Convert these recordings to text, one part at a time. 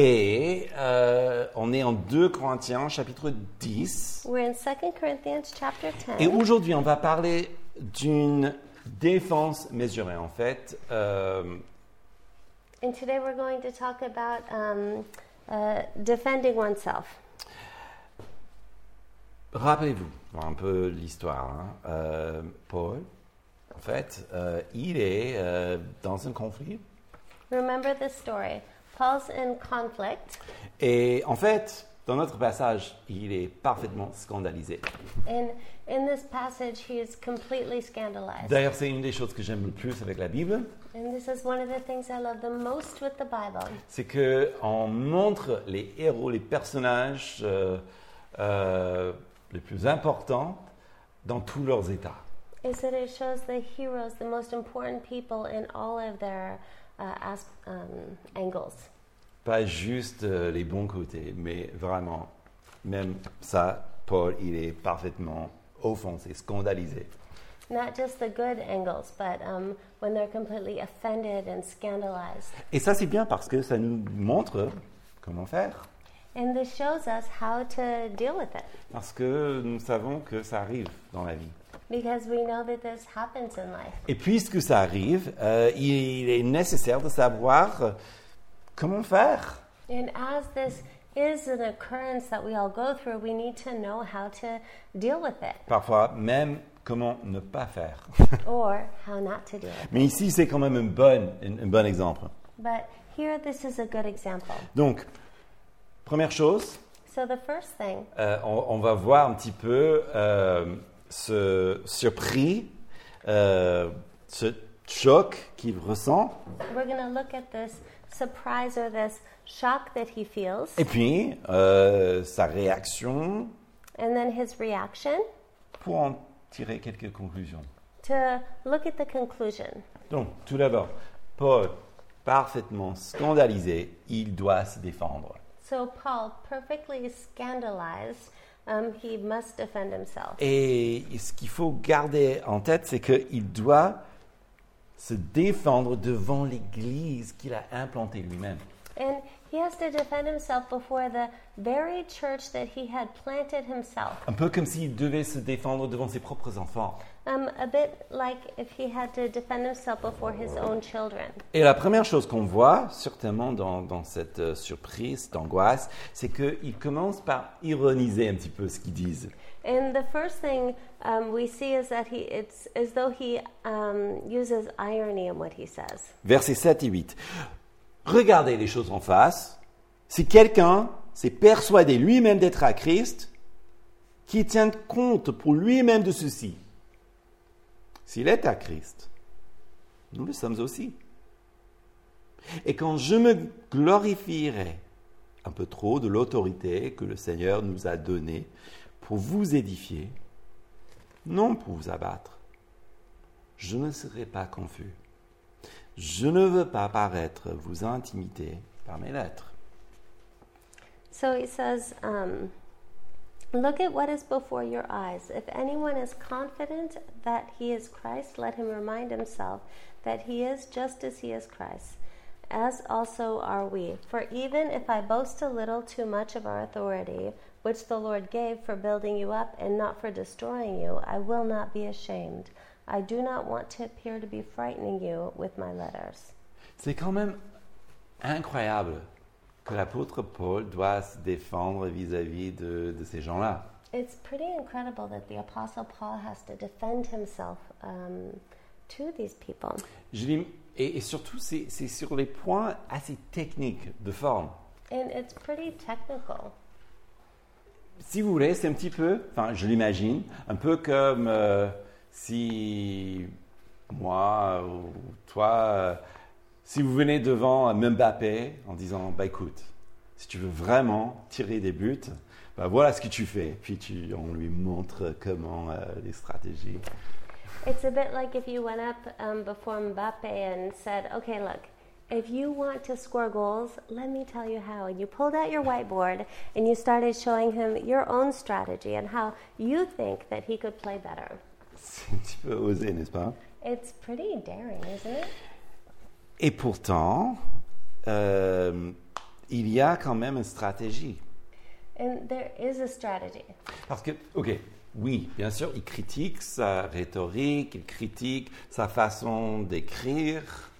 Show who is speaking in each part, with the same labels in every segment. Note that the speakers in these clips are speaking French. Speaker 1: Et euh, on est en 2 Corinthiens chapitre 10.
Speaker 2: We're in 2 Corinthians chapter 10.
Speaker 1: Et aujourd'hui, on va parler d'une défense mesurée, en fait. Euh,
Speaker 2: And today we're going to talk about um, uh, defending oneself.
Speaker 1: Rappelez-vous un peu l'histoire. hein. Euh, Paul, en fait, euh, il est euh, dans un conflit.
Speaker 2: Remember this story. Paul's in conflict,
Speaker 1: Et en fait, dans notre passage, il est parfaitement scandalisé.
Speaker 2: and in this passage, he is completely scandalized.
Speaker 1: D'ailleurs, c'est une des choses que j'aime le plus avec la Bible,
Speaker 2: and this is one of the things I love the most with the Bible.
Speaker 1: c'est que on montre les héros, les personnages euh, euh, les plus importants dans tous leurs états.
Speaker 2: is that it shows the heroes, the most important people in all of their uh, asp- um, angles.
Speaker 1: Pas juste euh, les bons côtés, mais vraiment, même ça, Paul, il est parfaitement offensé, scandalisé.
Speaker 2: Not just the good angles, but um, when they're completely offended and scandalized.
Speaker 1: Et ça, c'est bien parce que ça nous montre comment faire,
Speaker 2: And this shows us how to deal with it
Speaker 1: parce que nous savons que ça arrive dans la vie.
Speaker 2: because we know that this happens in life.
Speaker 1: Et puisque ça arrive, euh, il est nécessaire de savoir euh, comment faire.
Speaker 2: And as this is an occurrence that we all go through, we need to know how to deal with it
Speaker 1: Parfois même comment ne pas faire.
Speaker 2: or how not to do it.
Speaker 1: Mais ici, c'est quand même un bon, un- un bon exemple.
Speaker 2: But here, this is a good example.
Speaker 1: Donc, première chose,
Speaker 2: So, the first thing
Speaker 1: euh, on, on va voir un petit peu euh, ce surpris, euh, ce choc qu'il ressent.
Speaker 2: We're going to look at this surprise or this shock that he feels,
Speaker 1: Et puis, euh, sa réaction
Speaker 2: and then his reaction
Speaker 1: pour en tirer quelques conclusions.
Speaker 2: to look at the conclusion.
Speaker 1: Donc, tout d'abord, Paul, parfaitement scandalisé, il doit se défendre.
Speaker 2: So, Paul, perfectly scandalized, um, he must defend himself.
Speaker 1: Et ce qu'il faut garder en tête, c'est qu'il doit se défendre devant l'Église qu'il a implantée lui-même.
Speaker 2: And he has to defend himself before the very church that he had planted himself.
Speaker 1: Un peu comme s'il devait se défendre devant ses propres enfants.
Speaker 2: Um, a bit like if he had to defend himself before his own children.
Speaker 1: Et la première chose qu'on voit, certainement dans, dans cette euh, surprise, cette angoisse, c'est qu'il commence par ironiser un petit peu ce qu'ils disent.
Speaker 2: And the first thing um, we see is that he, it's as though he um, uses irony in what he says.
Speaker 1: versets 7 et 8. Regardez les choses en face. Si quelqu'un s'est persuadé lui-même d'être à Christ, qu'il tienne compte pour lui-même de ceci. S'il est à Christ, nous le sommes aussi. Et quand je me glorifierai un peu trop de l'autorité que le Seigneur nous a donnée pour vous édifier, non pour vous abattre, je ne serai pas confus. Je ne veux pas paraître vous intimider par mes lettres.
Speaker 2: So he says, um, Look at what is before your eyes. If anyone is confident that he is Christ, let him remind himself that he is just as he is Christ, as also are we. For even if I boast a little too much of our authority, which the Lord gave for building you up and not for destroying you, I will not be ashamed. I do not want to appear to be frightening you with my letters.
Speaker 1: C'est quand même incroyable que l'apôtre Paul doit se défendre vis-à-vis de, de ces gens-là.
Speaker 2: It's pretty incredible that the Apostle Paul has to defend himself um, to these people.
Speaker 1: Je l'im- et, et surtout, c'est c'est sur les points assez techniques de forme.
Speaker 2: And it's pretty technical.
Speaker 1: Si vous voulez, c'est un petit peu, enfin, je l'imagine, un peu comme euh, si moi ou toi, euh, si vous venez devant Mbappé en disant, bah écoute, si tu veux vraiment tirer des buts, bah voilà ce que tu fais. Puis tu- on lui montre comment euh, les stratégies.
Speaker 2: It's a bit like if you went up um, before Mbappe and said, okay, look, if you want to score goals, let me tell you how. And you pulled out your whiteboard and you started showing him your own strategy and how you think that he could play better.
Speaker 1: C'est un petit peu osé, n'est-ce pas
Speaker 2: It's pretty daring, isn't it?
Speaker 1: Et pourtant, euh, il y a quand même une stratégie.
Speaker 2: And there is a strategy.
Speaker 1: Parce que, ok, oui, bien sûr, il critique sa rhétorique, il critique sa façon d'écrire,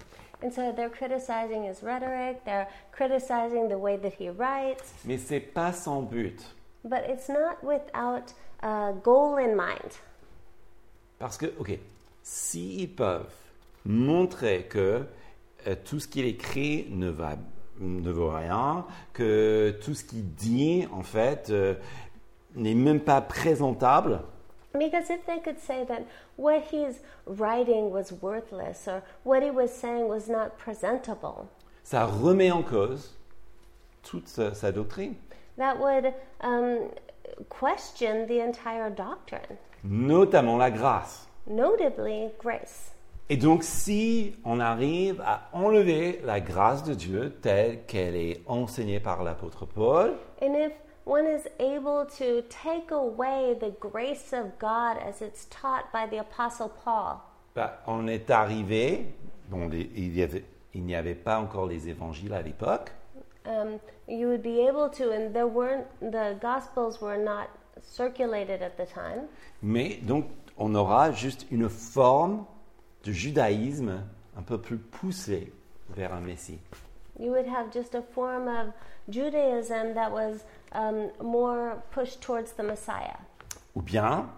Speaker 2: And so they're criticizing his rhetoric, they're criticizing the way that he writes,
Speaker 1: mais c'est pas son but.
Speaker 2: but it's not without a goal in mind.
Speaker 1: Parce que, ok, s'ils peuvent montrer que euh, tout ce qu'il écrit ne, va, ne vaut rien, que tout ce qu'il dit, en fait, euh, n'est même pas présentable,
Speaker 2: Because if they could say that what he's writing was worthless or what he was saying was not presentable,
Speaker 1: ça remet en cause toute sa, sa doctrine.
Speaker 2: that would um, question the entire doctrine,
Speaker 1: notamment la grâce.
Speaker 2: notably grace.
Speaker 1: Et donc si on arrive à enlever la grâce de Dieu telle qu'elle est enseignée par l'apôtre Paul,
Speaker 2: And if one is able to take away the grace of God as it's taught by the Apostle Paul,
Speaker 1: bah, on est arrivé, bon, les- il y avait- il n'y avait pas encore les évangiles à l'époque,
Speaker 2: um, you would be able to, and there weren't, the Gospels were not circulated at the time.
Speaker 1: mais donc on aura juste une forme de judaïsme un peu plus poussée vers un Messie.
Speaker 2: You would have just a form of Judaism that was um, more pushed towards the Messiah.
Speaker 1: Ou bien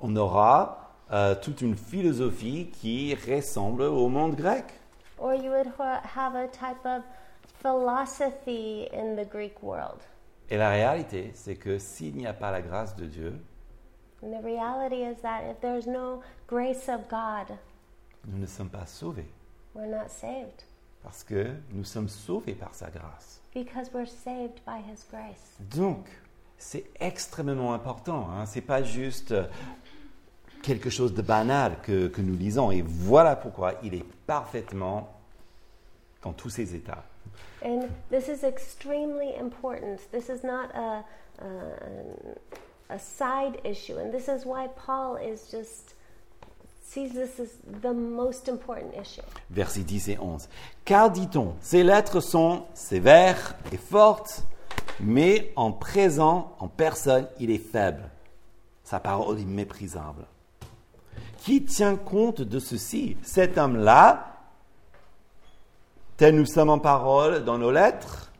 Speaker 1: on aura euh, toute une philosophie qui ressemble au monde grec.
Speaker 2: Or you would ha- have a type of philosophy in the Greek world.
Speaker 1: Et la réalité, c'est que s'il n'y a pas la grâce de Dieu,
Speaker 2: And the reality is that if there's no grace of God,
Speaker 1: nous ne sommes pas sauvés,
Speaker 2: we're not saved
Speaker 1: parce que nous sommes sauvés par sa grâce.
Speaker 2: because we're saved by His grace.
Speaker 1: Donc, c'est extrêmement important. hein. C'est pas juste euh, quelque chose de banal que, que nous lisons. Et voilà pourquoi il est parfaitement dans tous ses états.
Speaker 2: And this is extremely important. This is not a, a, a side issue. And this is why Paul is just sees this as the most important issue.
Speaker 1: Versets 10 et 11. Car dit-on, ces lettres sont sévères et fortes, mais en présent, en personne, il est faible. Sa parole est méprisable. Qui tient compte de ceci Cet homme-là, tel nous sommes en parole dans nos lettres,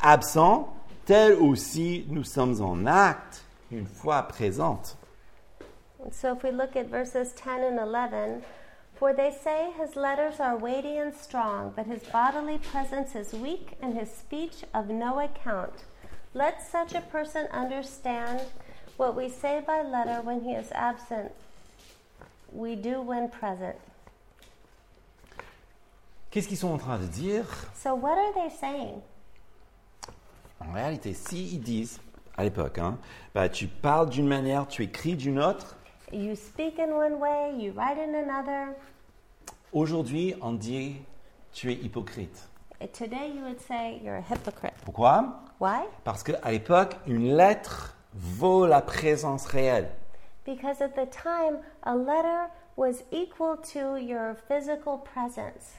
Speaker 1: absent, tel aussi nous sommes en acte, une fois présente.
Speaker 2: And so if we look at verses 10 and 11, for they say his letters are weighty and strong, but his bodily presence is weak and his speech of no account. Let such a person understand what we say by letter when he is absent, we do when present.
Speaker 1: Qu'est-ce qu'ils sont en train de dire
Speaker 2: So what are they saying?
Speaker 1: En réalité, s'ils disent, à l'époque, hein, bah, tu parles d'une manière, tu écris d'une autre,
Speaker 2: You speak in one way, you write in another.
Speaker 1: aujourd'hui, on dit, tu es hypocrite.
Speaker 2: Today you would say you're a hypocrite.
Speaker 1: Pourquoi
Speaker 2: Why?
Speaker 1: Parce qu'à l'époque, une lettre vaut la présence réelle.
Speaker 2: Because at the time, a letter was equal to your physical presence.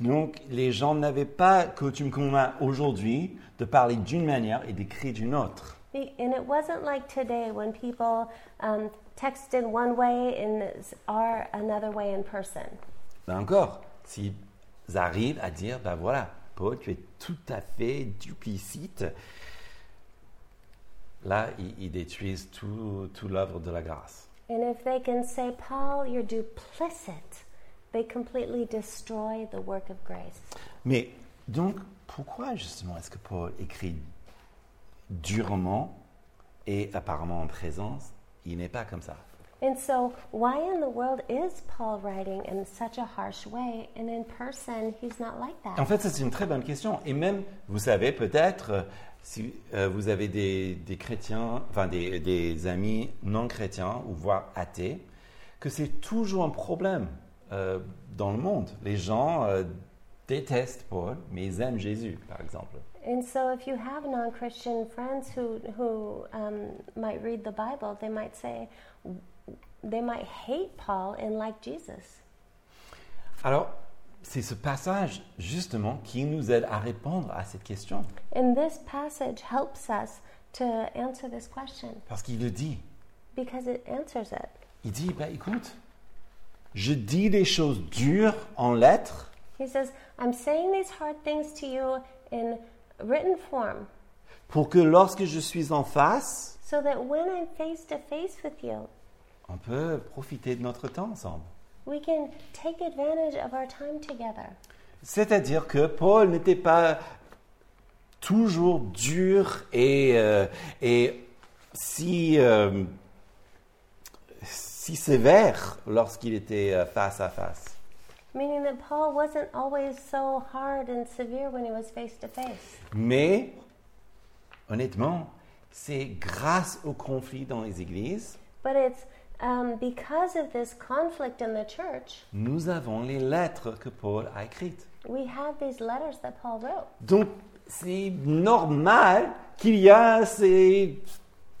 Speaker 1: Donc, les gens n'avaient pas coutume commun aujourd'hui de parler d'une manière et d'écrire d'une autre.
Speaker 2: Be- And it wasn't like today when people um, text in one way and s- are another way in person.
Speaker 1: Là Ben encore, s'ils arrivent à dire, ben voilà, Paul, tu es tout à fait duplicite, là, ils, ils détruisent tout, tout l'œuvre de la grâce.
Speaker 2: And if they can say, Paul, you're duplicit, they completely destroy the work of grace.
Speaker 1: Mais donc, pourquoi justement est-ce que Paul écrit durement et apparemment en présence Il n'est pas comme ça.
Speaker 2: And so, why in the world is Paul writing in such a harsh way? And in person, he's not like that.
Speaker 1: En fait, ça, c'est une très bonne question. Et même, vous savez peut-être, euh, si euh, vous avez des, des chrétiens, enfin des, des amis non chrétiens ou voire athées, que c'est toujours un problème euh, dans le monde. Les gens euh, détestent Paul, mais ils aiment Jésus, par exemple.
Speaker 2: And so, if you have non Christian friends who, who um, might read the Bible, they might say, they might hate Paul and like Jesus.
Speaker 1: Alors, C'est ce passage, justement, qui nous aide à répondre à cette question.
Speaker 2: And this passage helps us to answer this question
Speaker 1: Parce qu'il le dit.
Speaker 2: because it answers it.
Speaker 1: Il dit, ben, écoute, je dis des choses dures en lettres
Speaker 2: He says, I'm saying these hard things to you in written form
Speaker 1: pour que lorsque je suis en face,
Speaker 2: so that when I'm face to face with you,
Speaker 1: on peut profiter de notre temps ensemble.
Speaker 2: we can take advantage of our time together.
Speaker 1: C'est-à-dire que Paul n'était pas toujours dur et, euh, et si, euh, si sévère lorsqu'il était euh, face à face.
Speaker 2: Meaning that Paul wasn't always so hard and severe when he was face to face.
Speaker 1: Mais, honnêtement, c'est grâce au conflit dans les églises,
Speaker 2: But it's um, because of this conflict in the church,
Speaker 1: nous avons les lettres que Paul a écrites.
Speaker 2: we have these letters that Paul wrote.
Speaker 1: Donc, c'est normal qu'il y a ces-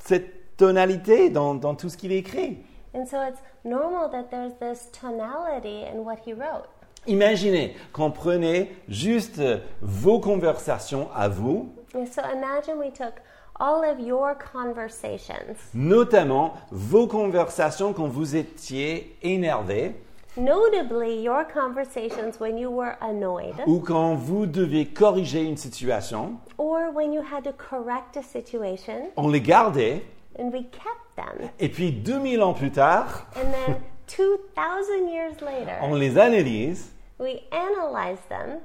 Speaker 1: cette tonalité dans, dans tout ce qu'il écrit.
Speaker 2: And so it's normal that there's this tonality in what he wrote.
Speaker 1: Imaginez qu'on prenait juste euh, vos conversations à vous,
Speaker 2: And so imagine we took all of your conversations,
Speaker 1: notamment vos conversations quand vous étiez énervé
Speaker 2: notably your conversations when you were annoyed
Speaker 1: ou quand vous devez corriger une situation.
Speaker 2: or when you had to correct a situation,
Speaker 1: On les gardait
Speaker 2: and we kept them.
Speaker 1: et puis 2000 ans plus tard,
Speaker 2: And then 2,000 years later,
Speaker 1: on les analyse.
Speaker 2: we analyzed them,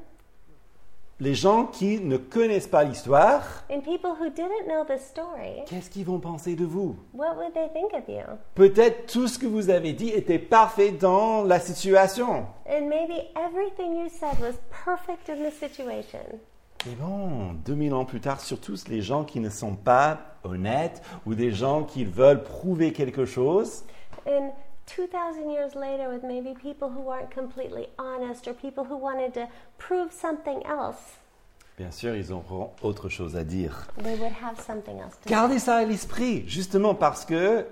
Speaker 1: Les gens qui ne connaissent pas l'histoire,
Speaker 2: and people who didn't know the story,
Speaker 1: qu'est-ce qu'ils vont penser de vous
Speaker 2: what would they think of you?
Speaker 1: Peut-être tout ce que vous avez dit était parfait dans la situation.
Speaker 2: And maybe everything you said was perfect in the situation.
Speaker 1: Mais bon, 2000 ans plus tard, surtout les gens qui ne sont pas honnêtes ou des gens qui veulent prouver quelque chose,
Speaker 2: And 2,000 years later, with maybe people who aren't completely honest or people who wanted to prove something else,
Speaker 1: bien sûr, ils auront autre chose à dire.
Speaker 2: they would have something else to
Speaker 1: Gardez ça à l'esprit, justement parce que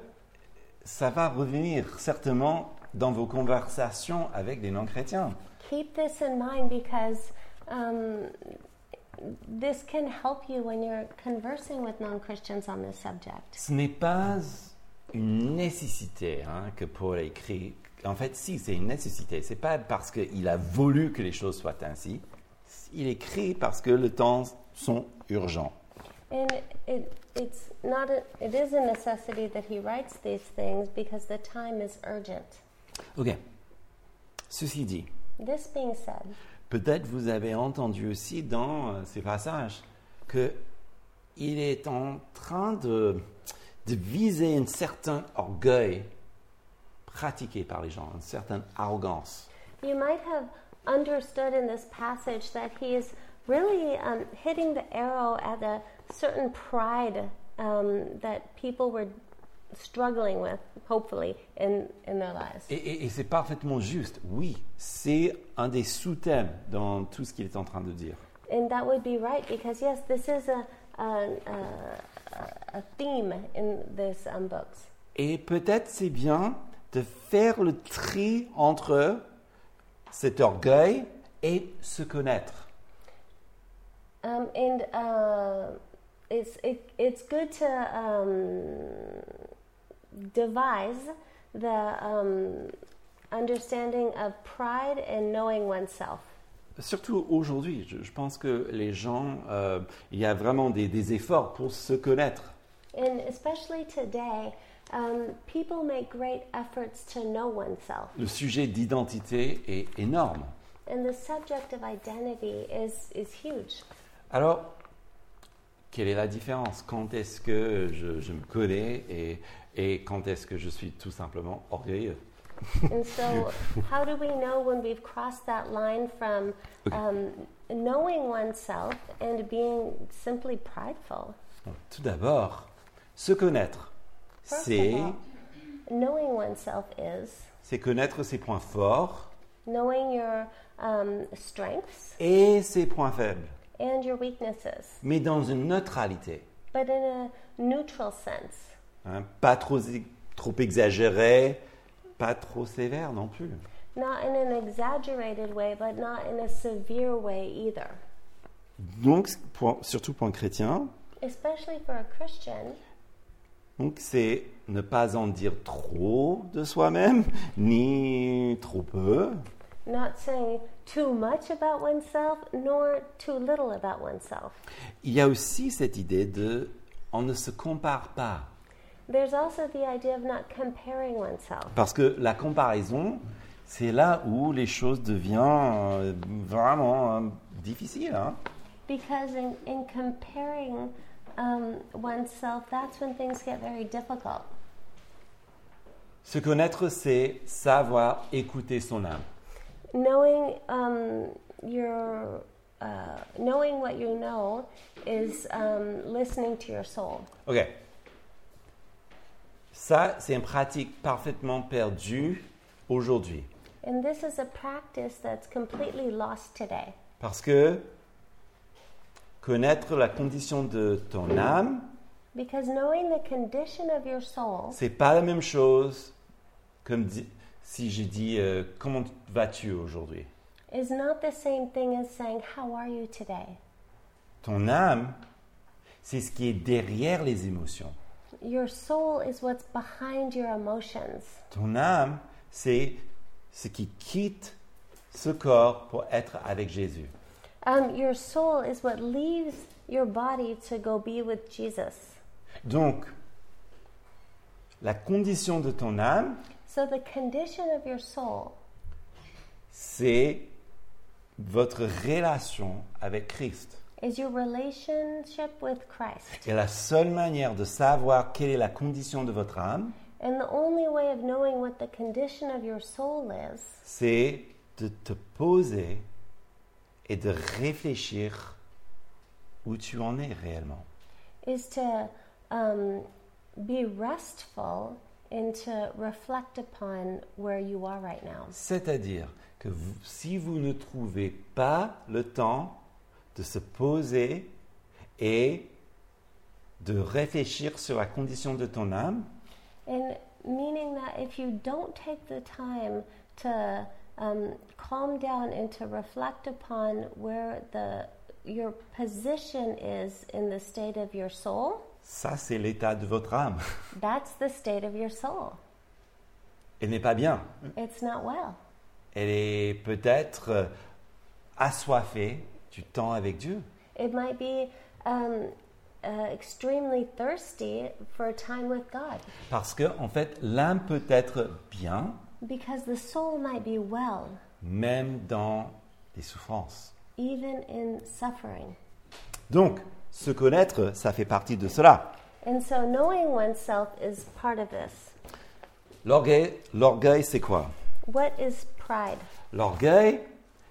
Speaker 1: ça va revenir certainement dans vos conversations avec des non-chrétiens.
Speaker 2: Keep this in mind because um, this can help you when you're conversing with non Christians on this subject.
Speaker 1: Ce n'est pas une nécessité hein, que Paul a écrit. En fait, si, c'est une nécessité. Ce n'est pas parce qu'il a voulu que les choses soient ainsi. Il écrit parce que le temps sont urgents.
Speaker 2: And it, it's not a, it is a necessity that he writes these things because the time is urgent.
Speaker 1: Ok. Ceci dit,
Speaker 2: This being said,
Speaker 1: peut-être vous avez entendu aussi dans euh, ces passages que il est en train de, de viser un certain orgueil pratiqué par les gens, une certaine arrogance.
Speaker 2: you might have understood in this passage that he is really um, hitting the arrow at a certain pride um, that people were struggling with, hopefully, in, in their lives.
Speaker 1: Et, et- et c'est parfaitement juste. Oui, c'est un des sous-thèmes dans tout ce qu'il est en train de dire.
Speaker 2: And that would be right because yes, this is a a, a, a theme in this um, books.
Speaker 1: Et peut-être c'est bien de faire le tri entre cet orgueil et se connaître.
Speaker 2: Um, and uh, it's it, it's good to um, devise the um, understanding of pride and knowing oneself.
Speaker 1: Surtout aujourd'hui, je, je pense que les gens, euh, il y a vraiment des, des efforts pour se connaître.
Speaker 2: And especially today, um, people make great efforts to know oneself.
Speaker 1: Le sujet d'identité est énorme.
Speaker 2: And the subject of identity is, is huge.
Speaker 1: Alors, quelle est la différence Quand est-ce que je, je me connais et, et quand est-ce que je suis tout simplement orgueilleux
Speaker 2: And so, how do we know when we've crossed that line from
Speaker 1: Okay.
Speaker 2: um, knowing oneself and being simply prideful?
Speaker 1: Bon, Tout d'abord, se connaître,
Speaker 2: First of
Speaker 1: c'est
Speaker 2: all, knowing oneself is
Speaker 1: c'est connaître ses points forts
Speaker 2: knowing your um, strengths
Speaker 1: et ses points faibles,
Speaker 2: and your weaknesses,
Speaker 1: mais dans une neutralité,
Speaker 2: but in a neutral sense.
Speaker 1: hein, pas trop, trop exagéré, pas trop sévère non plus.
Speaker 2: Not in an exaggerated way, but not in a severe way either.
Speaker 1: Donc, pour- surtout pour un chrétien,
Speaker 2: Especially for a Christian,
Speaker 1: donc c'est ne pas en dire trop de soi-même, ni trop peu,
Speaker 2: not saying too much about oneself nor too little about oneself.
Speaker 1: Il y a aussi cette idée de on ne se compare pas.
Speaker 2: There's also the idea of not comparing oneself.
Speaker 1: Parce que la comparaison, c'est là où les choses deviennent euh, vraiment euh, difficiles. hein.
Speaker 2: Because in, in comparing um, oneself, that's when things get very difficult.
Speaker 1: Se connaître, c'est savoir écouter son âme.
Speaker 2: Knowing um, your uh, knowing what you know is um, listening to your soul.
Speaker 1: Ok. Ça, c'est une pratique parfaitement perdue aujourd'hui.
Speaker 2: And this is a practice that's completely lost today.
Speaker 1: Parce que connaître la condition de ton âme,
Speaker 2: Because knowing the condition of your soul
Speaker 1: C'est pas la même chose comme di- si j'ai dit euh, comment vas-tu aujourd'hui.
Speaker 2: is not the same thing as saying, How are you today?
Speaker 1: Ton âme, c'est ce qui est derrière les émotions.
Speaker 2: Your soul is what's behind your emotions.
Speaker 1: Ton âme, c'est ce qui quitte ce corps pour être avec Jésus.
Speaker 2: Um, your soul is what leaves your body to go be with Jesus.
Speaker 1: Donc, la condition de ton âme,
Speaker 2: So the condition of your soul
Speaker 1: c'est votre relation avec Christ.
Speaker 2: is your relationship with Christ.
Speaker 1: Et la seule manière de savoir quelle est la condition de votre âme,
Speaker 2: And the only way of knowing what the condition of your soul is
Speaker 1: c'est de te poser et de réfléchir où tu en es réellement.
Speaker 2: is to um, be restful and to reflect upon where you are right now.
Speaker 1: C'est-à-dire que vous- si vous ne trouvez pas le temps de se poser et de réfléchir sur la condition de ton âme,
Speaker 2: And meaning that if you don't take the time to um, calm down and to reflect upon where the your position is in the state of your soul,
Speaker 1: ça c'est l'état de votre âme.
Speaker 2: that's the state of your soul.
Speaker 1: Elle n'est pas bien.
Speaker 2: It's not well.
Speaker 1: Elle est peut-être euh, assoiffée du temps avec Dieu.
Speaker 2: It might be um, uh, extremely thirsty for time with God
Speaker 1: Parce que, en fait, l'âme peut être bien,
Speaker 2: because the soul might be well
Speaker 1: même dans les souffrances.
Speaker 2: even in suffering.
Speaker 1: Donc, se connaître, ça fait partie de cela.
Speaker 2: And so knowing oneself is part of this.
Speaker 1: L'orgueil, l'orgueil c'est quoi
Speaker 2: What is pride?
Speaker 1: L'orgueil,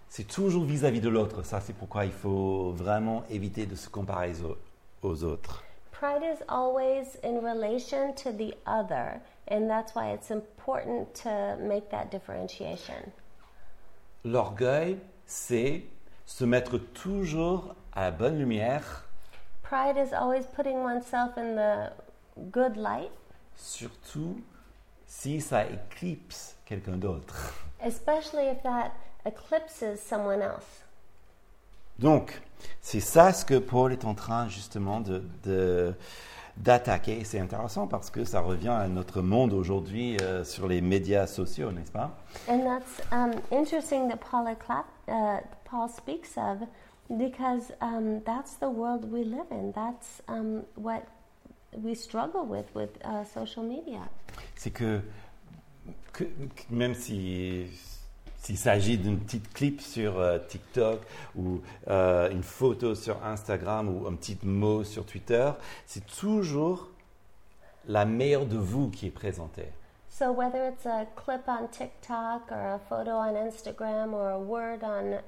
Speaker 1: c'est toujours vis-à-vis de l'autre. Ça, c'est pourquoi il faut vraiment éviter de se comparer aux, aux autres.
Speaker 2: Pride is always in relation to the other, and that's why it's important to make that differentiation.
Speaker 1: L'orgueil, c'est se mettre toujours à la bonne lumière,
Speaker 2: Pride is always putting oneself in the good light,
Speaker 1: surtout si ça éclipse quelqu'un d'autre.
Speaker 2: especially if that eclipses someone else.
Speaker 1: Donc, c'est ça ce que Paul est en train justement de, de- d'attaquer. C'est intéressant parce que ça revient à notre monde aujourd'hui euh, sur les médias sociaux, n'est-ce pas
Speaker 2: And that's um, interesting that Paul, ecla- uh, Paul speaks of because um, that's the world we live in. That's um, what we struggle with with uh, social media.
Speaker 1: C'est que, que- que même si s'il s'agit d'une petite clip sur euh, TikTok ou euh, une photo sur Instagram ou un petit mot sur Twitter, c'est toujours la meilleure de vous qui est présentée.
Speaker 2: So whether it's a clip on TikTok or a photo on Instagram or a word on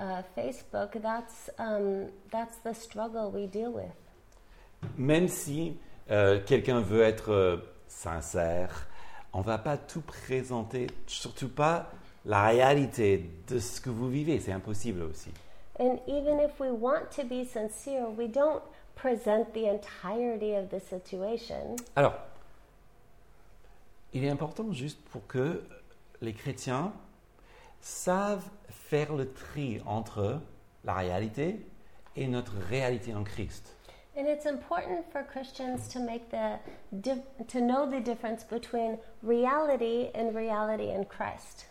Speaker 2: uh, Facebook, that's um, that's the struggle we deal with.
Speaker 1: même si euh, quelqu'un veut être euh, sincère, on ne va pas tout présenter, surtout pas la réalité de ce que vous vivez. C'est impossible aussi.
Speaker 2: And even if we want to be sincere, we don't present the entirety of the situation.
Speaker 1: Alors, il est important juste pour que les chrétiens savent faire le tri entre la réalité et notre réalité en Christ.
Speaker 2: And it's important for Christians to make the dif- to know the difference between reality and reality in Christ.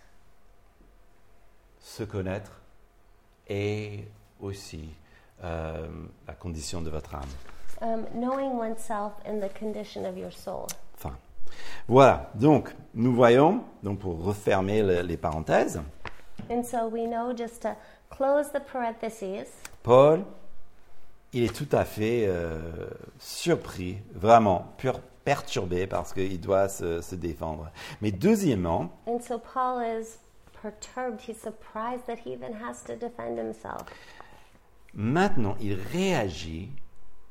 Speaker 1: Se connaître et aussi euh, la condition de votre âme.
Speaker 2: Um, knowing oneself and the condition of your soul.
Speaker 1: Enfin, voilà. Donc, nous voyons, donc pour refermer le- les parenthèses,
Speaker 2: And so we know just to close the parentheses.
Speaker 1: Paul, il est tout à fait euh, surpris, vraiment pur- perturbé parce qu'il doit se, se défendre. Mais deuxièmement,
Speaker 2: And so Paul is perturbed. He's surprised that he even has to defend himself.
Speaker 1: maintenant, il réagit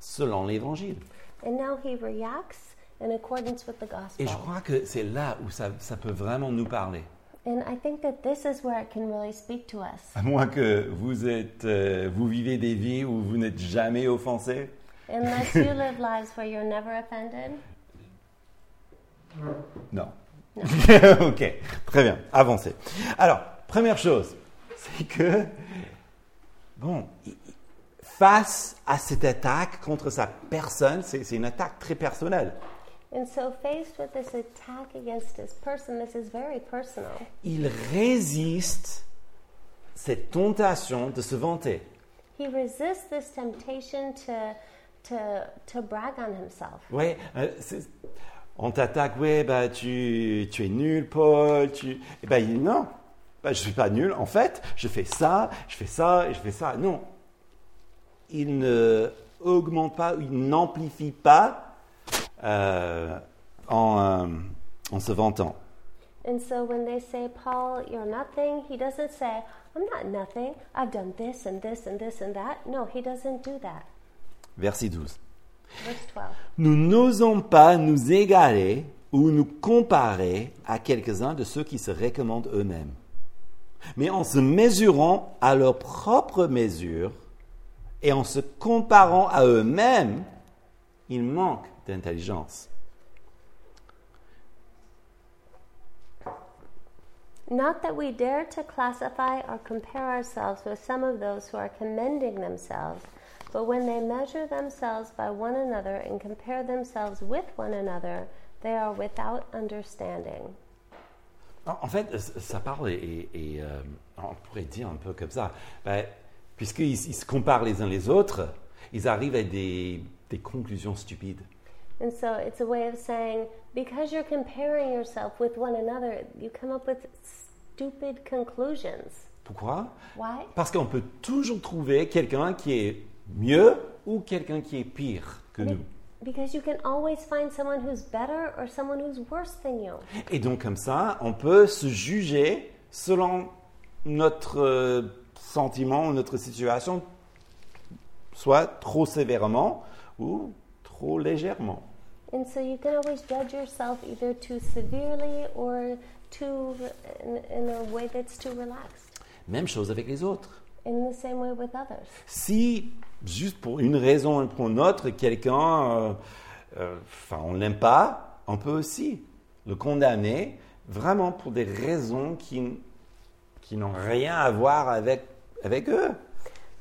Speaker 1: selon l'Évangile.
Speaker 2: And now he reacts in accordance with the gospel.
Speaker 1: Et je crois que c'est là où ça, ça peut vraiment nous parler.
Speaker 2: And I think that this is where it can really speak to us.
Speaker 1: À moins que vous, êtes, euh, vous vivez des vies où vous n'êtes jamais offensé,
Speaker 2: Unless you live lives where you're never offended.
Speaker 1: Non. ok, très bien, avancez. Alors, première chose, c'est que, bon, il- il- face à cette attaque contre sa personne, c'est c'est une attaque très personnelle,
Speaker 2: And so, faced with this attack against his person, this is very personal.
Speaker 1: il résiste cette tentation de se vanter.
Speaker 2: He resists this temptation to, to, to brag on himself.
Speaker 1: Ouais, euh, c'est- on t'attaque, ouais, bah tu, tu es nul, Paul, tu. Eh ben, il dit, non, bah, je suis pas nul, en fait, je fais ça, je fais ça, et je fais ça. Non. Il ne augmente pas, il n'amplifie pas euh, en, euh, en se vantant.
Speaker 2: And so, when they say, Paul, you're nothing, he doesn't say, I'm not nothing. I've done this and this and this and that. No, he doesn't do that.
Speaker 1: Verset 12.
Speaker 2: Verse 12.
Speaker 1: Nous n'osons pas nous égarer ou nous comparer à quelques-uns de ceux qui se recommandent eux-mêmes. Mais en se mesurant à leur propre mesure et en se comparant à eux-mêmes, ils manquent d'intelligence.
Speaker 2: Not that we dare to classify or compare ourselves with some of those who are commending themselves, but when they measure themselves by one another and compare themselves with one another, they are without understanding.
Speaker 1: En en fait, euh, c- ça parle et, et, euh, on pourrait dire un peu comme ça. Ben, Puisqu'ils ils se comparent les uns les autres, ils arrivent à des- des conclusions stupides.
Speaker 2: And so it's a way of saying, because you're comparing yourself with one another, you come up with stupid conclusions.
Speaker 1: Pourquoi
Speaker 2: Why?
Speaker 1: Parce qu'on peut toujours trouver quelqu'un qui est mieux ou quelqu'un qui est pire que nous.
Speaker 2: Because you can always find someone who's better or someone who's worse than you.
Speaker 1: Et donc comme ça, on peut se juger selon notre euh, sentiment ou notre situation, soit trop sévèrement ou trop légèrement.
Speaker 2: And so you can always judge yourself either too severely or too in, in a way that's too relaxed.
Speaker 1: Même chose avec les autres.
Speaker 2: In the same way with others.
Speaker 1: Si, juste pour une raison ou pour une autre, quelqu'un, euh, euh, enfin, on ne l'aime pas, on peut aussi le condamner vraiment pour des raisons qui, n- qui n'ont rien à voir avec, avec eux.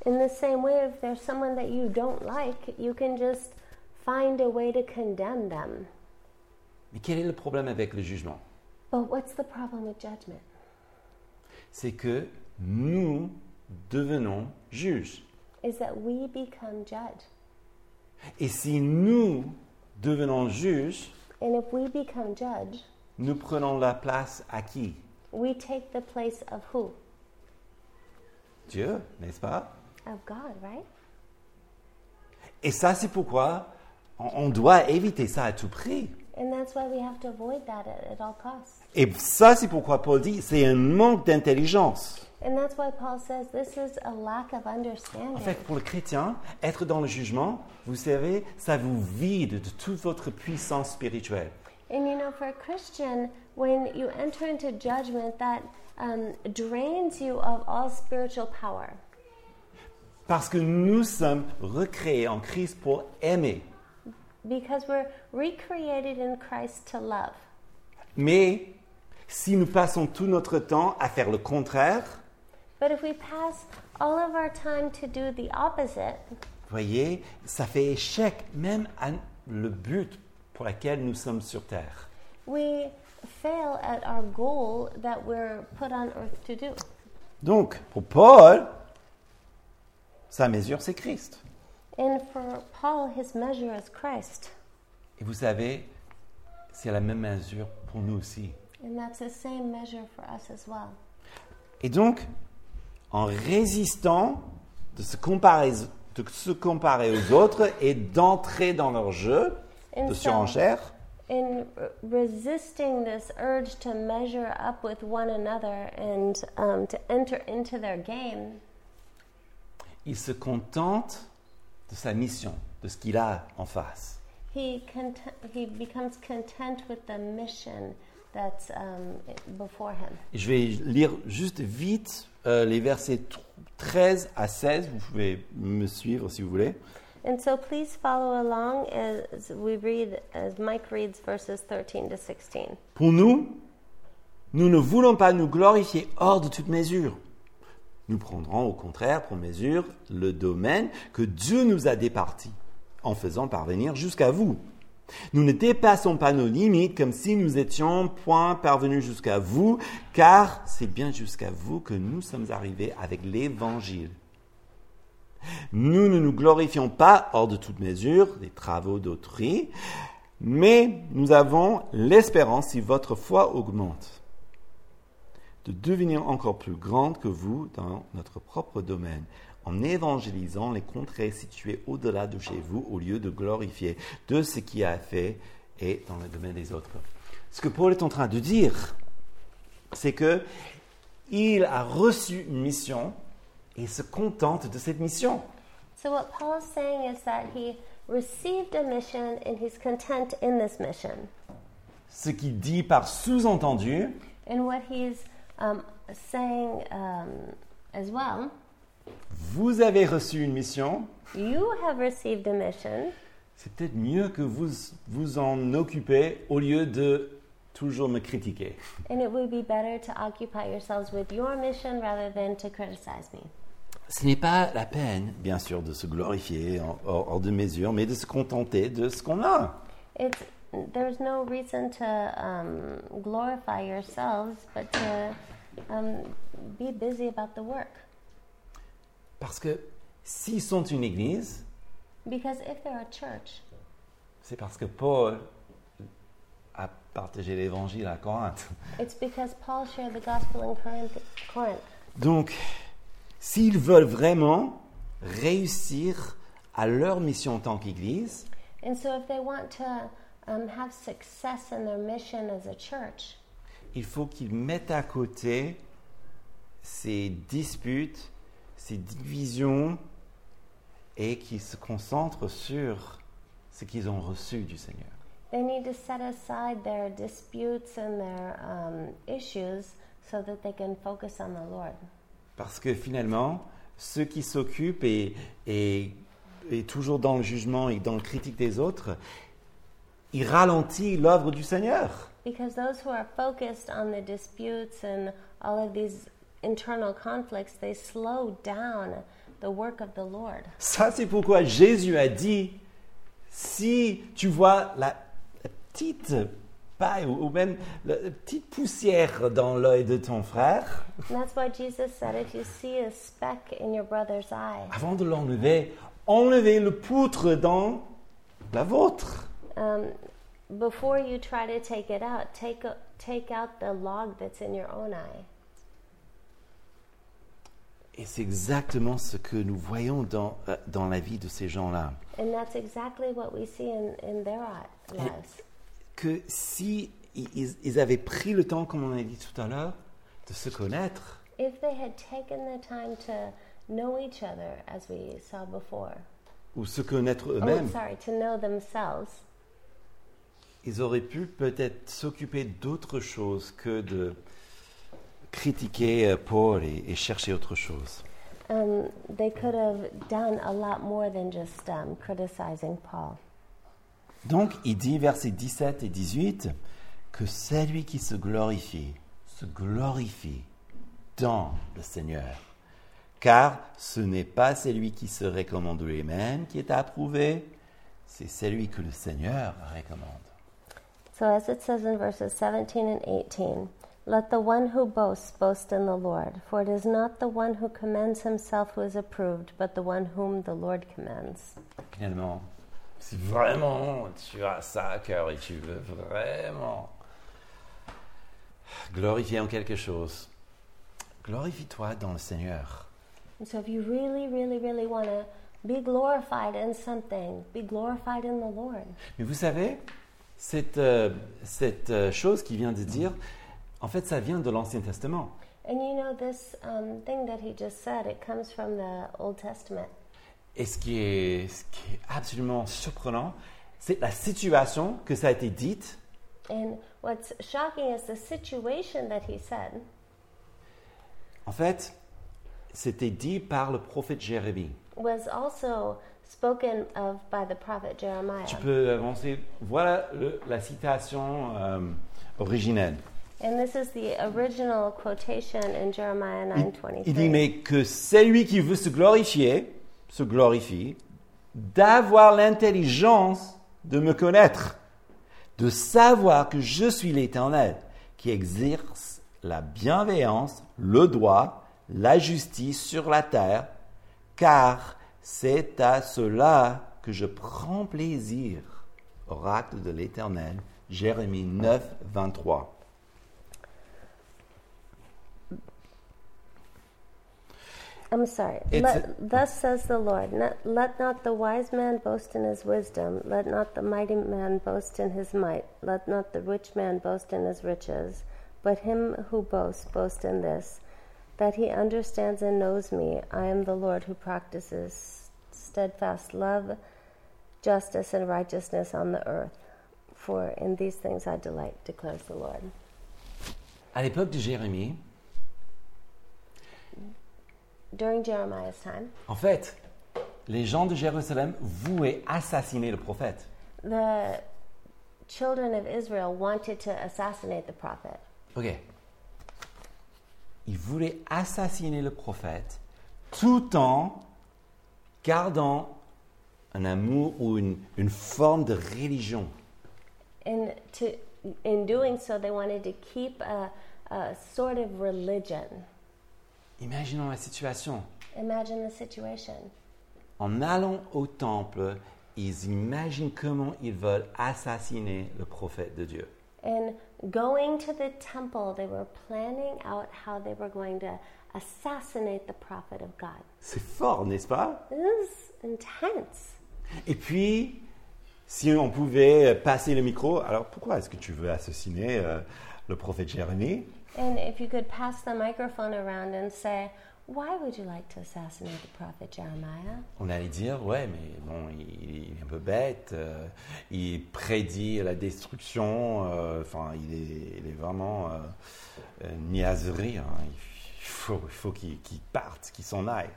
Speaker 2: In the same way, if there's someone that you don't like, you can just find a way to condemn them.
Speaker 1: Mais quel est le problème avec le jugement
Speaker 2: But what's the problem with judgment?
Speaker 1: C'est que nous devenons juges.
Speaker 2: Is that we become judge.
Speaker 1: Et si nous devenons juges,
Speaker 2: And if we become judge,
Speaker 1: nous prenons la place à qui
Speaker 2: we take the place of who?
Speaker 1: Dieu, n'est-ce pas
Speaker 2: Of God, right?
Speaker 1: Et ça, c'est pourquoi on- on doit éviter ça à tout prix.
Speaker 2: And that's why we have to avoid that at, at all costs.
Speaker 1: Et ça, c'est pourquoi Paul dit, c'est un manque d'intelligence.
Speaker 2: And that's why Paul says this is a lack of understanding.
Speaker 1: En fait, pour le chrétien, être dans le jugement, vous savez, ça vous vide de toute votre puissance spirituelle.
Speaker 2: And you know, for a Christian, when you enter into judgment, that um, drains you of all spiritual power
Speaker 1: Parce que nous sommes recréés en Christ pour aimer.
Speaker 2: because we're recreated in Christ to love.
Speaker 1: Mais Si nous passons tout notre temps à faire le contraire,
Speaker 2: But if we pass all of our time to do the opposite,
Speaker 1: voyez, ça fait échec même à le but pour lequel nous sommes sur Terre.
Speaker 2: we fail at our goal that we're put on earth to do.
Speaker 1: Donc, pour Paul, sa mesure, c'est Christ.
Speaker 2: And for Paul, his measure is Christ.
Speaker 1: Et vous savez, c'est la même mesure pour nous aussi.
Speaker 2: And that's the same measure for us as well.
Speaker 1: Et donc, en résistant de se comparer, de se comparer aux autres et d'entrer dans leur jeu de
Speaker 2: Une
Speaker 1: surenchère,
Speaker 2: In re- resisting this urge to measure up with one another and um, to enter into their game,
Speaker 1: il se contente de sa mission, de ce qu'il a en face.
Speaker 2: he, cont- he becomes content with the mission that's um, before him.
Speaker 1: Je vais lire juste vite euh, les versets tr- 13 à 16. Vous pouvez me suivre si vous voulez.
Speaker 2: And so please follow along as we read, as Mike reads verses 13 to 16.
Speaker 1: Pour nous, nous ne voulons pas nous glorifier hors de toute mesure. Nous prendrons au contraire pour mesure le domaine que Dieu nous a départi en faisant parvenir jusqu'à vous. Nous ne dépassons pas nos limites comme si nous étions point parvenus jusqu'à vous, car c'est bien jusqu'à vous que nous sommes arrivés avec l'Évangile. Nous ne nous glorifions pas hors de toute mesure des travaux d'autrui, mais nous avons l'espérance, si votre foi augmente, de devenir encore plus grande que vous dans notre propre domaine, en évangélisant les contrées situées au-delà de chez vous, au lieu de glorifier de ce qui a fait et dans le domaine des autres. Ce que Paul est en train de dire, c'est que il a reçu une mission et se contente de cette mission.
Speaker 2: So, what Paul's saying is that he received a mission and he's content in this mission.
Speaker 1: Ce qu'il dit par sous-entendu,
Speaker 2: And what he's um, saying um, as well,
Speaker 1: vous avez reçu une mission,
Speaker 2: you have received a mission.
Speaker 1: c'est peut-être mieux que vous vous en occupez au lieu de toujours me critiquer.
Speaker 2: And it would be better to occupy yourselves with your mission rather than to criticize me.
Speaker 1: Ce n'est pas la peine, bien sûr, de se glorifier en- hors hors de mesure, mais de se contenter de ce qu'on a.
Speaker 2: It's, there's no reason to um, glorify yourselves, but to um, be busy about the work.
Speaker 1: Parce que s'ils sont une église,
Speaker 2: Because if they're a church,
Speaker 1: c'est parce que Paul a partagé l'évangile à Corinthe.
Speaker 2: it's because Paul shared the gospel in Corinth. Corinth.
Speaker 1: Donc, s'ils veulent vraiment réussir à leur mission en tant qu'église,
Speaker 2: And so, if they want to um, have success in their mission as a church,
Speaker 1: il faut qu'ils mettent à côté ces disputes, ces divisions, et qu'ils se concentrent sur ce qu'ils ont reçu du Seigneur.
Speaker 2: they need to set aside their disputes and their um, issues so that they can focus on the Lord.
Speaker 1: Parce que finalement, ceux qui s'occupent et, et- et toujours dans le jugement et dans le critique des autres, ils ralentissent l'œuvre du Seigneur.
Speaker 2: Because those who are focused on the disputes and all of these internal conflicts, they slow down the work of the Lord.
Speaker 1: Ça, c'est pourquoi Jésus a dit, si tu vois la, la petite paille ou, ou même la, la petite poussière dans l'œil de ton frère,
Speaker 2: And that's why Jesus said, if you see a speck in your brother's eye,
Speaker 1: avant de l'enlever, enlevez le poutre dans la vôtre.
Speaker 2: um, before you try to take it out, take, a, take out the log that's in your own eye.
Speaker 1: Et c'est exactement ce que nous voyons dans, euh, dans la vie de ces gens-là.
Speaker 2: And that's exactly what we see in, in their li- lives.
Speaker 1: Que si i- ils, ils avaient pris le temps, comme on a dit tout à l'heure, de se connaître,
Speaker 2: If they had taken the time to know each other, as we saw before,
Speaker 1: ou se connaître
Speaker 2: oh,
Speaker 1: eux-mêmes,
Speaker 2: sorry, to know themselves,
Speaker 1: ils auraient pu peut-être s'occuper d'autre chose que de critiquer euh, Paul et, et chercher autre chose.
Speaker 2: um, they could have done a lot more than just um, criticizing Paul.
Speaker 1: Donc il dit versets 17 et 18 que celui qui se glorifie, se glorifie dans le Seigneur. Car ce n'est pas celui qui se recommande lui-même qui est approuvé, c'est celui que le Seigneur recommande.
Speaker 2: So, as it says in verses 17 and 18, let the one who boasts boast in the Lord, for it is not the one who commends himself who is approved, but the one whom the Lord commends.
Speaker 1: Finalement, si vraiment tu as ça à cœur et tu veux vraiment glorifier en quelque chose, glorifie-toi dans le Seigneur.
Speaker 2: And so, if you really, really, really want to be glorified in something, be glorified in the Lord.
Speaker 1: Mais vous savez, cette, euh, cette euh, chose qui vient de dire, en fait, ça vient de l'Ancien Testament.
Speaker 2: And you know, this um, thing that he just said, it comes from the Old Testament.
Speaker 1: Et ce qui est, ce qui est absolument surprenant, c'est la situation que ça a été dite
Speaker 2: And what's shocking is the situation that he said.
Speaker 1: En fait, c'était dit par le prophète Jérémie.
Speaker 2: was also spoken of by the prophet Jeremiah.
Speaker 1: Tu peux avancer. Voilà le- la citation euh, originelle.
Speaker 2: And this is the original quotation in Jeremiah
Speaker 1: Il dit
Speaker 2: 9:23.
Speaker 1: mais que celui qui veut se glorifier se glorifie d'avoir l'intelligence de me connaître, de savoir que je suis l'Éternel qui exerce la bienveillance, le droit, la justice sur la terre, car c'est à cela que je prends plaisir. Oracle de l'Éternel, Jérémie 9, 23.
Speaker 2: I'm sorry.
Speaker 1: It's
Speaker 2: Let, thus says the Lord, not, let not the wise man boast in his wisdom, let not the mighty man boast in his might, let not the rich man boast in his riches, but him who boasts boast in this, that he understands and knows me. I am the Lord who practices steadfast love, justice and righteousness on the earth. For in these things I delight, declares the Lord.
Speaker 1: À l'époque de Jérémie,
Speaker 2: During Jeremiah's time,
Speaker 1: En fait, les gens de Jérusalem voulaient assassiner le prophète.
Speaker 2: the children of Israel wanted to assassinate the prophet.
Speaker 1: Ok. Ils voulaient assassiner le prophète tout en gardant un amour ou une, une forme de religion.
Speaker 2: And to, in doing so, they wanted to keep a, a sort of religion.
Speaker 1: Imaginons la situation.
Speaker 2: Imagine the situation.
Speaker 1: En allant au temple, ils imaginent comment ils veulent assassiner le prophète de Dieu.
Speaker 2: In going to the temple, they were planning out how they were going to assassinate the prophet of God.
Speaker 1: C'est fort, n'est-ce pas
Speaker 2: This is intense.
Speaker 1: Et puis, si on pouvait euh, passer le micro, alors pourquoi est-ce que tu veux assassiner euh, le prophète Jérémie
Speaker 2: And if you could pass the microphone around and say, Why would you like to assassinate the prophet Jeremiah?
Speaker 1: On allait dire, ouais, mais bon, il, il est un peu bête, euh, il prédit la destruction, euh, enfin, il, est, il est vraiment euh, euh, niaiserie, hein. il faut, il faut qu'il qu'il parte, qu'il s'en aille.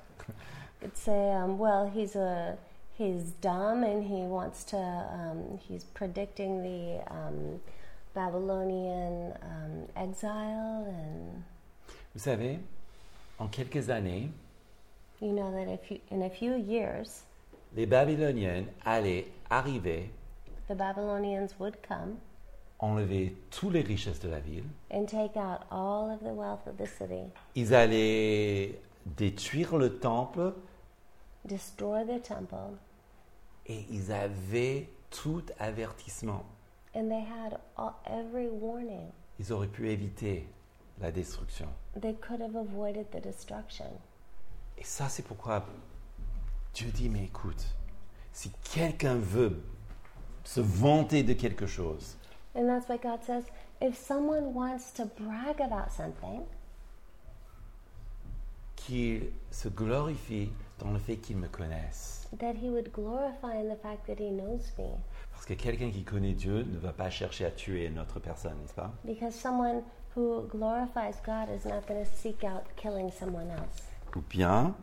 Speaker 2: You'd say, um, Well, he's a he's dumb and he wants to. Um, he's predicting the um, Babylonian um, exile, and
Speaker 1: Vous savez, en quelques années,
Speaker 2: you know that if you, in a few years
Speaker 1: les Babyloniennes allaient arriver,
Speaker 2: the Babylonians would come
Speaker 1: enlever toutes les richesses de la ville,
Speaker 2: and take out all of the wealth of the city,
Speaker 1: Ils allaient détruire le temple
Speaker 2: destroy the temple,
Speaker 1: et ils avaient tout avertissement.
Speaker 2: and they had all, every warning.
Speaker 1: Ils auraient pu éviter la destruction.
Speaker 2: They could have avoided the destruction.
Speaker 1: Et ça, c'est pourquoi Dieu dit, mais écoute, si quelqu'un veut se vanter de quelque chose,
Speaker 2: And that's why God says if someone wants to brag about something,
Speaker 1: qu'il se glorifie dans le fait qu'il me connaisse.
Speaker 2: that he would glorify in the fact that he knows me.
Speaker 1: Parce que quelqu'un qui connaît Dieu ne va pas chercher à tuer une autre personne, n'est-ce pas
Speaker 2: Because someone who glorifies God is not going to seek out killing someone else.
Speaker 1: ou bien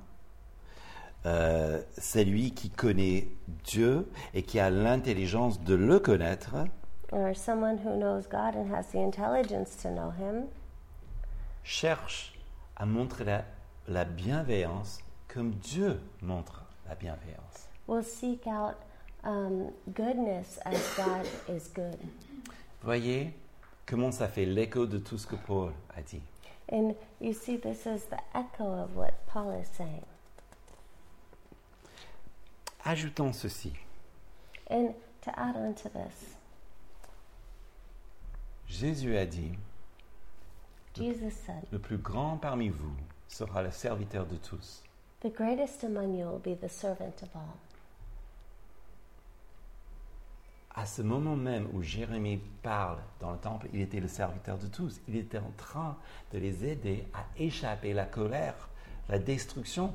Speaker 1: euh, celui qui connaît Dieu et qui a l'intelligence de le connaître
Speaker 2: Or someone who knows God and has the intelligence to know him
Speaker 1: cherche à montrer la, la bienveillance comme Dieu montre la bienveillance.
Speaker 2: will seek out um, goodness as God is good.
Speaker 1: Voyez comment ça fait l'écho de tout ce que Paul a dit.
Speaker 2: And you see, this is the echo of what Paul is saying.
Speaker 1: Ajoutons ceci.
Speaker 2: And to add on to this,
Speaker 1: Jésus a dit,
Speaker 2: Jesus said,
Speaker 1: le plus grand parmi vous sera le serviteur de tous.
Speaker 2: The greatest among you will be the servant of all.
Speaker 1: À ce moment même où Jérémie parle dans le temple, il était le serviteur de tous. Il était en train de les aider à échapper la colère, la destruction,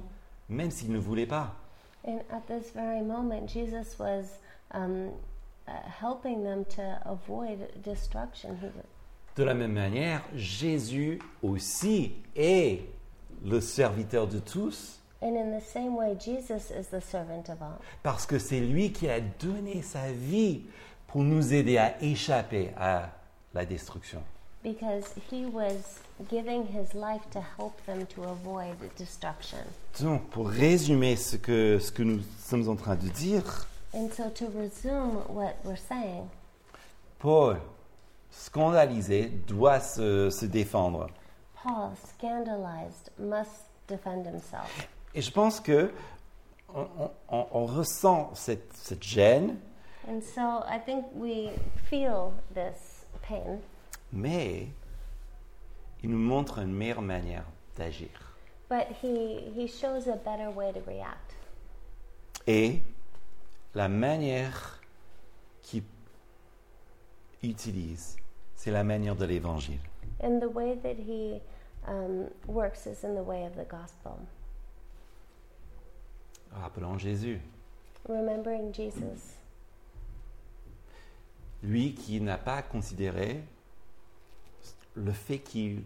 Speaker 1: même s'ils ne voulaient pas.
Speaker 2: And at this very moment, Jesus was um, uh, helping them to avoid destruction. He,
Speaker 1: De la même manière, Jésus aussi est le serviteur de tous
Speaker 2: and in the same way, Jesus is the servant of all.
Speaker 1: parce que c'est lui qui a donné sa vie pour nous aider à échapper à la destruction.
Speaker 2: Because he was giving his life to help them to avoid destruction.
Speaker 1: Donc, pour résumer ce que, ce que nous sommes en train de dire,
Speaker 2: And so, to resume what we're saying,
Speaker 1: Paul, scandalisé, doit se, se défendre.
Speaker 2: Paul, scandalized, must defend himself.
Speaker 1: Et je pense que on, on- on- on ressent cette, cette gêne,
Speaker 2: And so, I think we feel this pain,
Speaker 1: mais il nous montre une meilleure manière d'agir.
Speaker 2: but he, he shows a better way to react.
Speaker 1: et la manière qu'il utilise, c'est la manière de l'évangile.
Speaker 2: And the way that he um, works is in the way of the gospel,
Speaker 1: Rappelons Jésus,
Speaker 2: remembering Jesus,
Speaker 1: lui qui n'a pas considéré le fait qu'il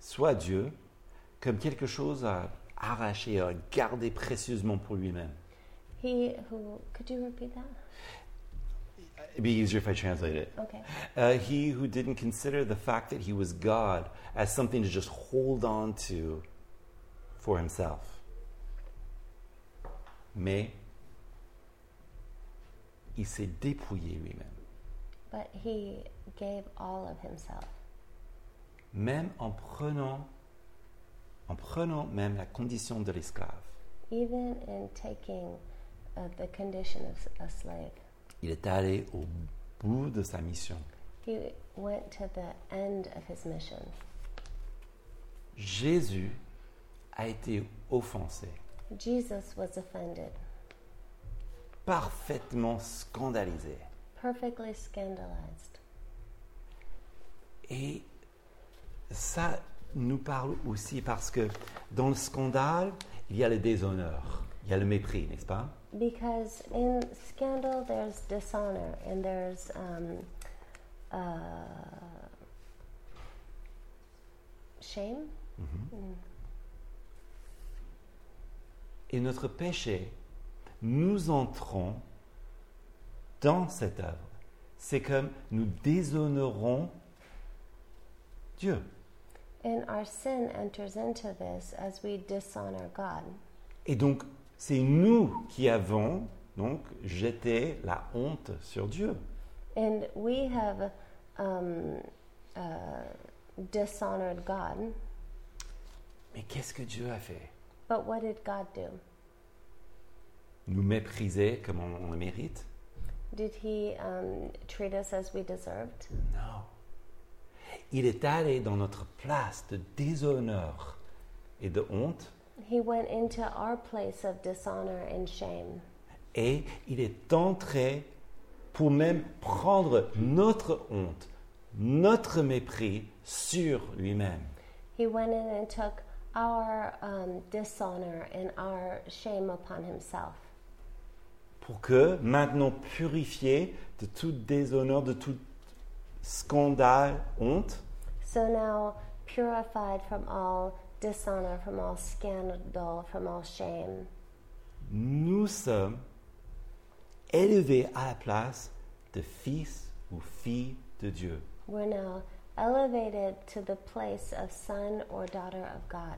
Speaker 1: soit Dieu comme quelque chose à arracher, à garder précieusement pour lui-même.
Speaker 2: he who, could you repeat that?
Speaker 1: It'd be easier if I translate it.
Speaker 2: Okay.
Speaker 1: Uh, he who didn't consider the fact that he was God as something to just hold on to for himself. Mais il s'est dépouillé lui-même.
Speaker 2: But he gave all of himself,
Speaker 1: Même en prenant, en prenant même la condition de l'esclave,
Speaker 2: even in taking uh, the condition of s- a slave.
Speaker 1: il est allé au bout de sa mission.
Speaker 2: He went to the end of his mission.
Speaker 1: Jésus a été offensé,
Speaker 2: Jesus was offended,
Speaker 1: parfaitement scandalisé.
Speaker 2: perfectly scandalized.
Speaker 1: Et ça nous parle aussi parce que dans le scandale, il y a le déshonneur, il y a le mépris, n'est-ce pas
Speaker 2: Because in scandal, there's dishonor and there's um, uh, shame.
Speaker 1: Et notre péché, nous entrons dans cette œuvre. C'est comme nous déshonorons Dieu.
Speaker 2: And our sin enters into this as we dishonor God.
Speaker 1: Et donc, c'est nous qui avons donc jeté la honte sur Dieu.
Speaker 2: And we have um, uh, dishonored God.
Speaker 1: Mais qu'est-ce que Dieu a fait
Speaker 2: But what did God do?
Speaker 1: Nous mépriser comme on- on le mérite
Speaker 2: Did He um, treat us as we deserved?
Speaker 1: Non. Il est allé dans notre place de déshonneur et de honte
Speaker 2: He went into our place of dishonor and shame.
Speaker 1: et il est entré pour même prendre notre honte, notre mépris sur lui-même.
Speaker 2: He went in and took our um, dishonor and our shame upon himself
Speaker 1: Pour que, maintenant purifié de tout déshonneur, de tout scandale, honte,
Speaker 2: so now purified from all dishonor from all scandal from all shame
Speaker 1: nous sommes élevés à la place de fils ou filles de Dieu.
Speaker 2: we're now elevated to the place of son or daughter of God.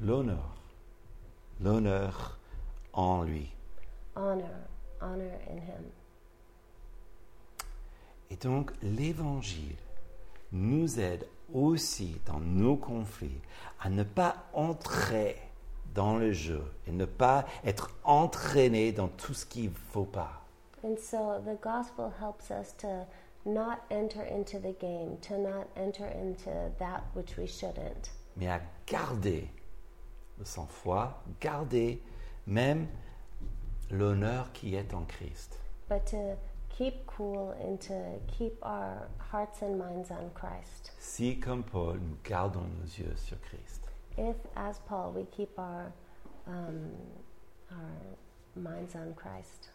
Speaker 1: L'honneur. L'honneur en lui.
Speaker 2: Honor, honor in Him.
Speaker 1: Et donc l'évangile nous aide aussi dans nos conflits à ne pas entrer dans le jeu et ne pas être entraîné dans tout ce qu'il ne faut pas.
Speaker 2: And so the gospel helps us to not enter into the game, to not enter into that which we shouldn't,
Speaker 1: mais à garder le sang-froid, garder même l'honneur qui est en Christ.
Speaker 2: but to keep cool and to keep our hearts and minds on Christ.
Speaker 1: Si, comme Paul, nous gardons nos yeux sur Christ.
Speaker 2: If, as Paul, we keep our, um, our minds on Christ.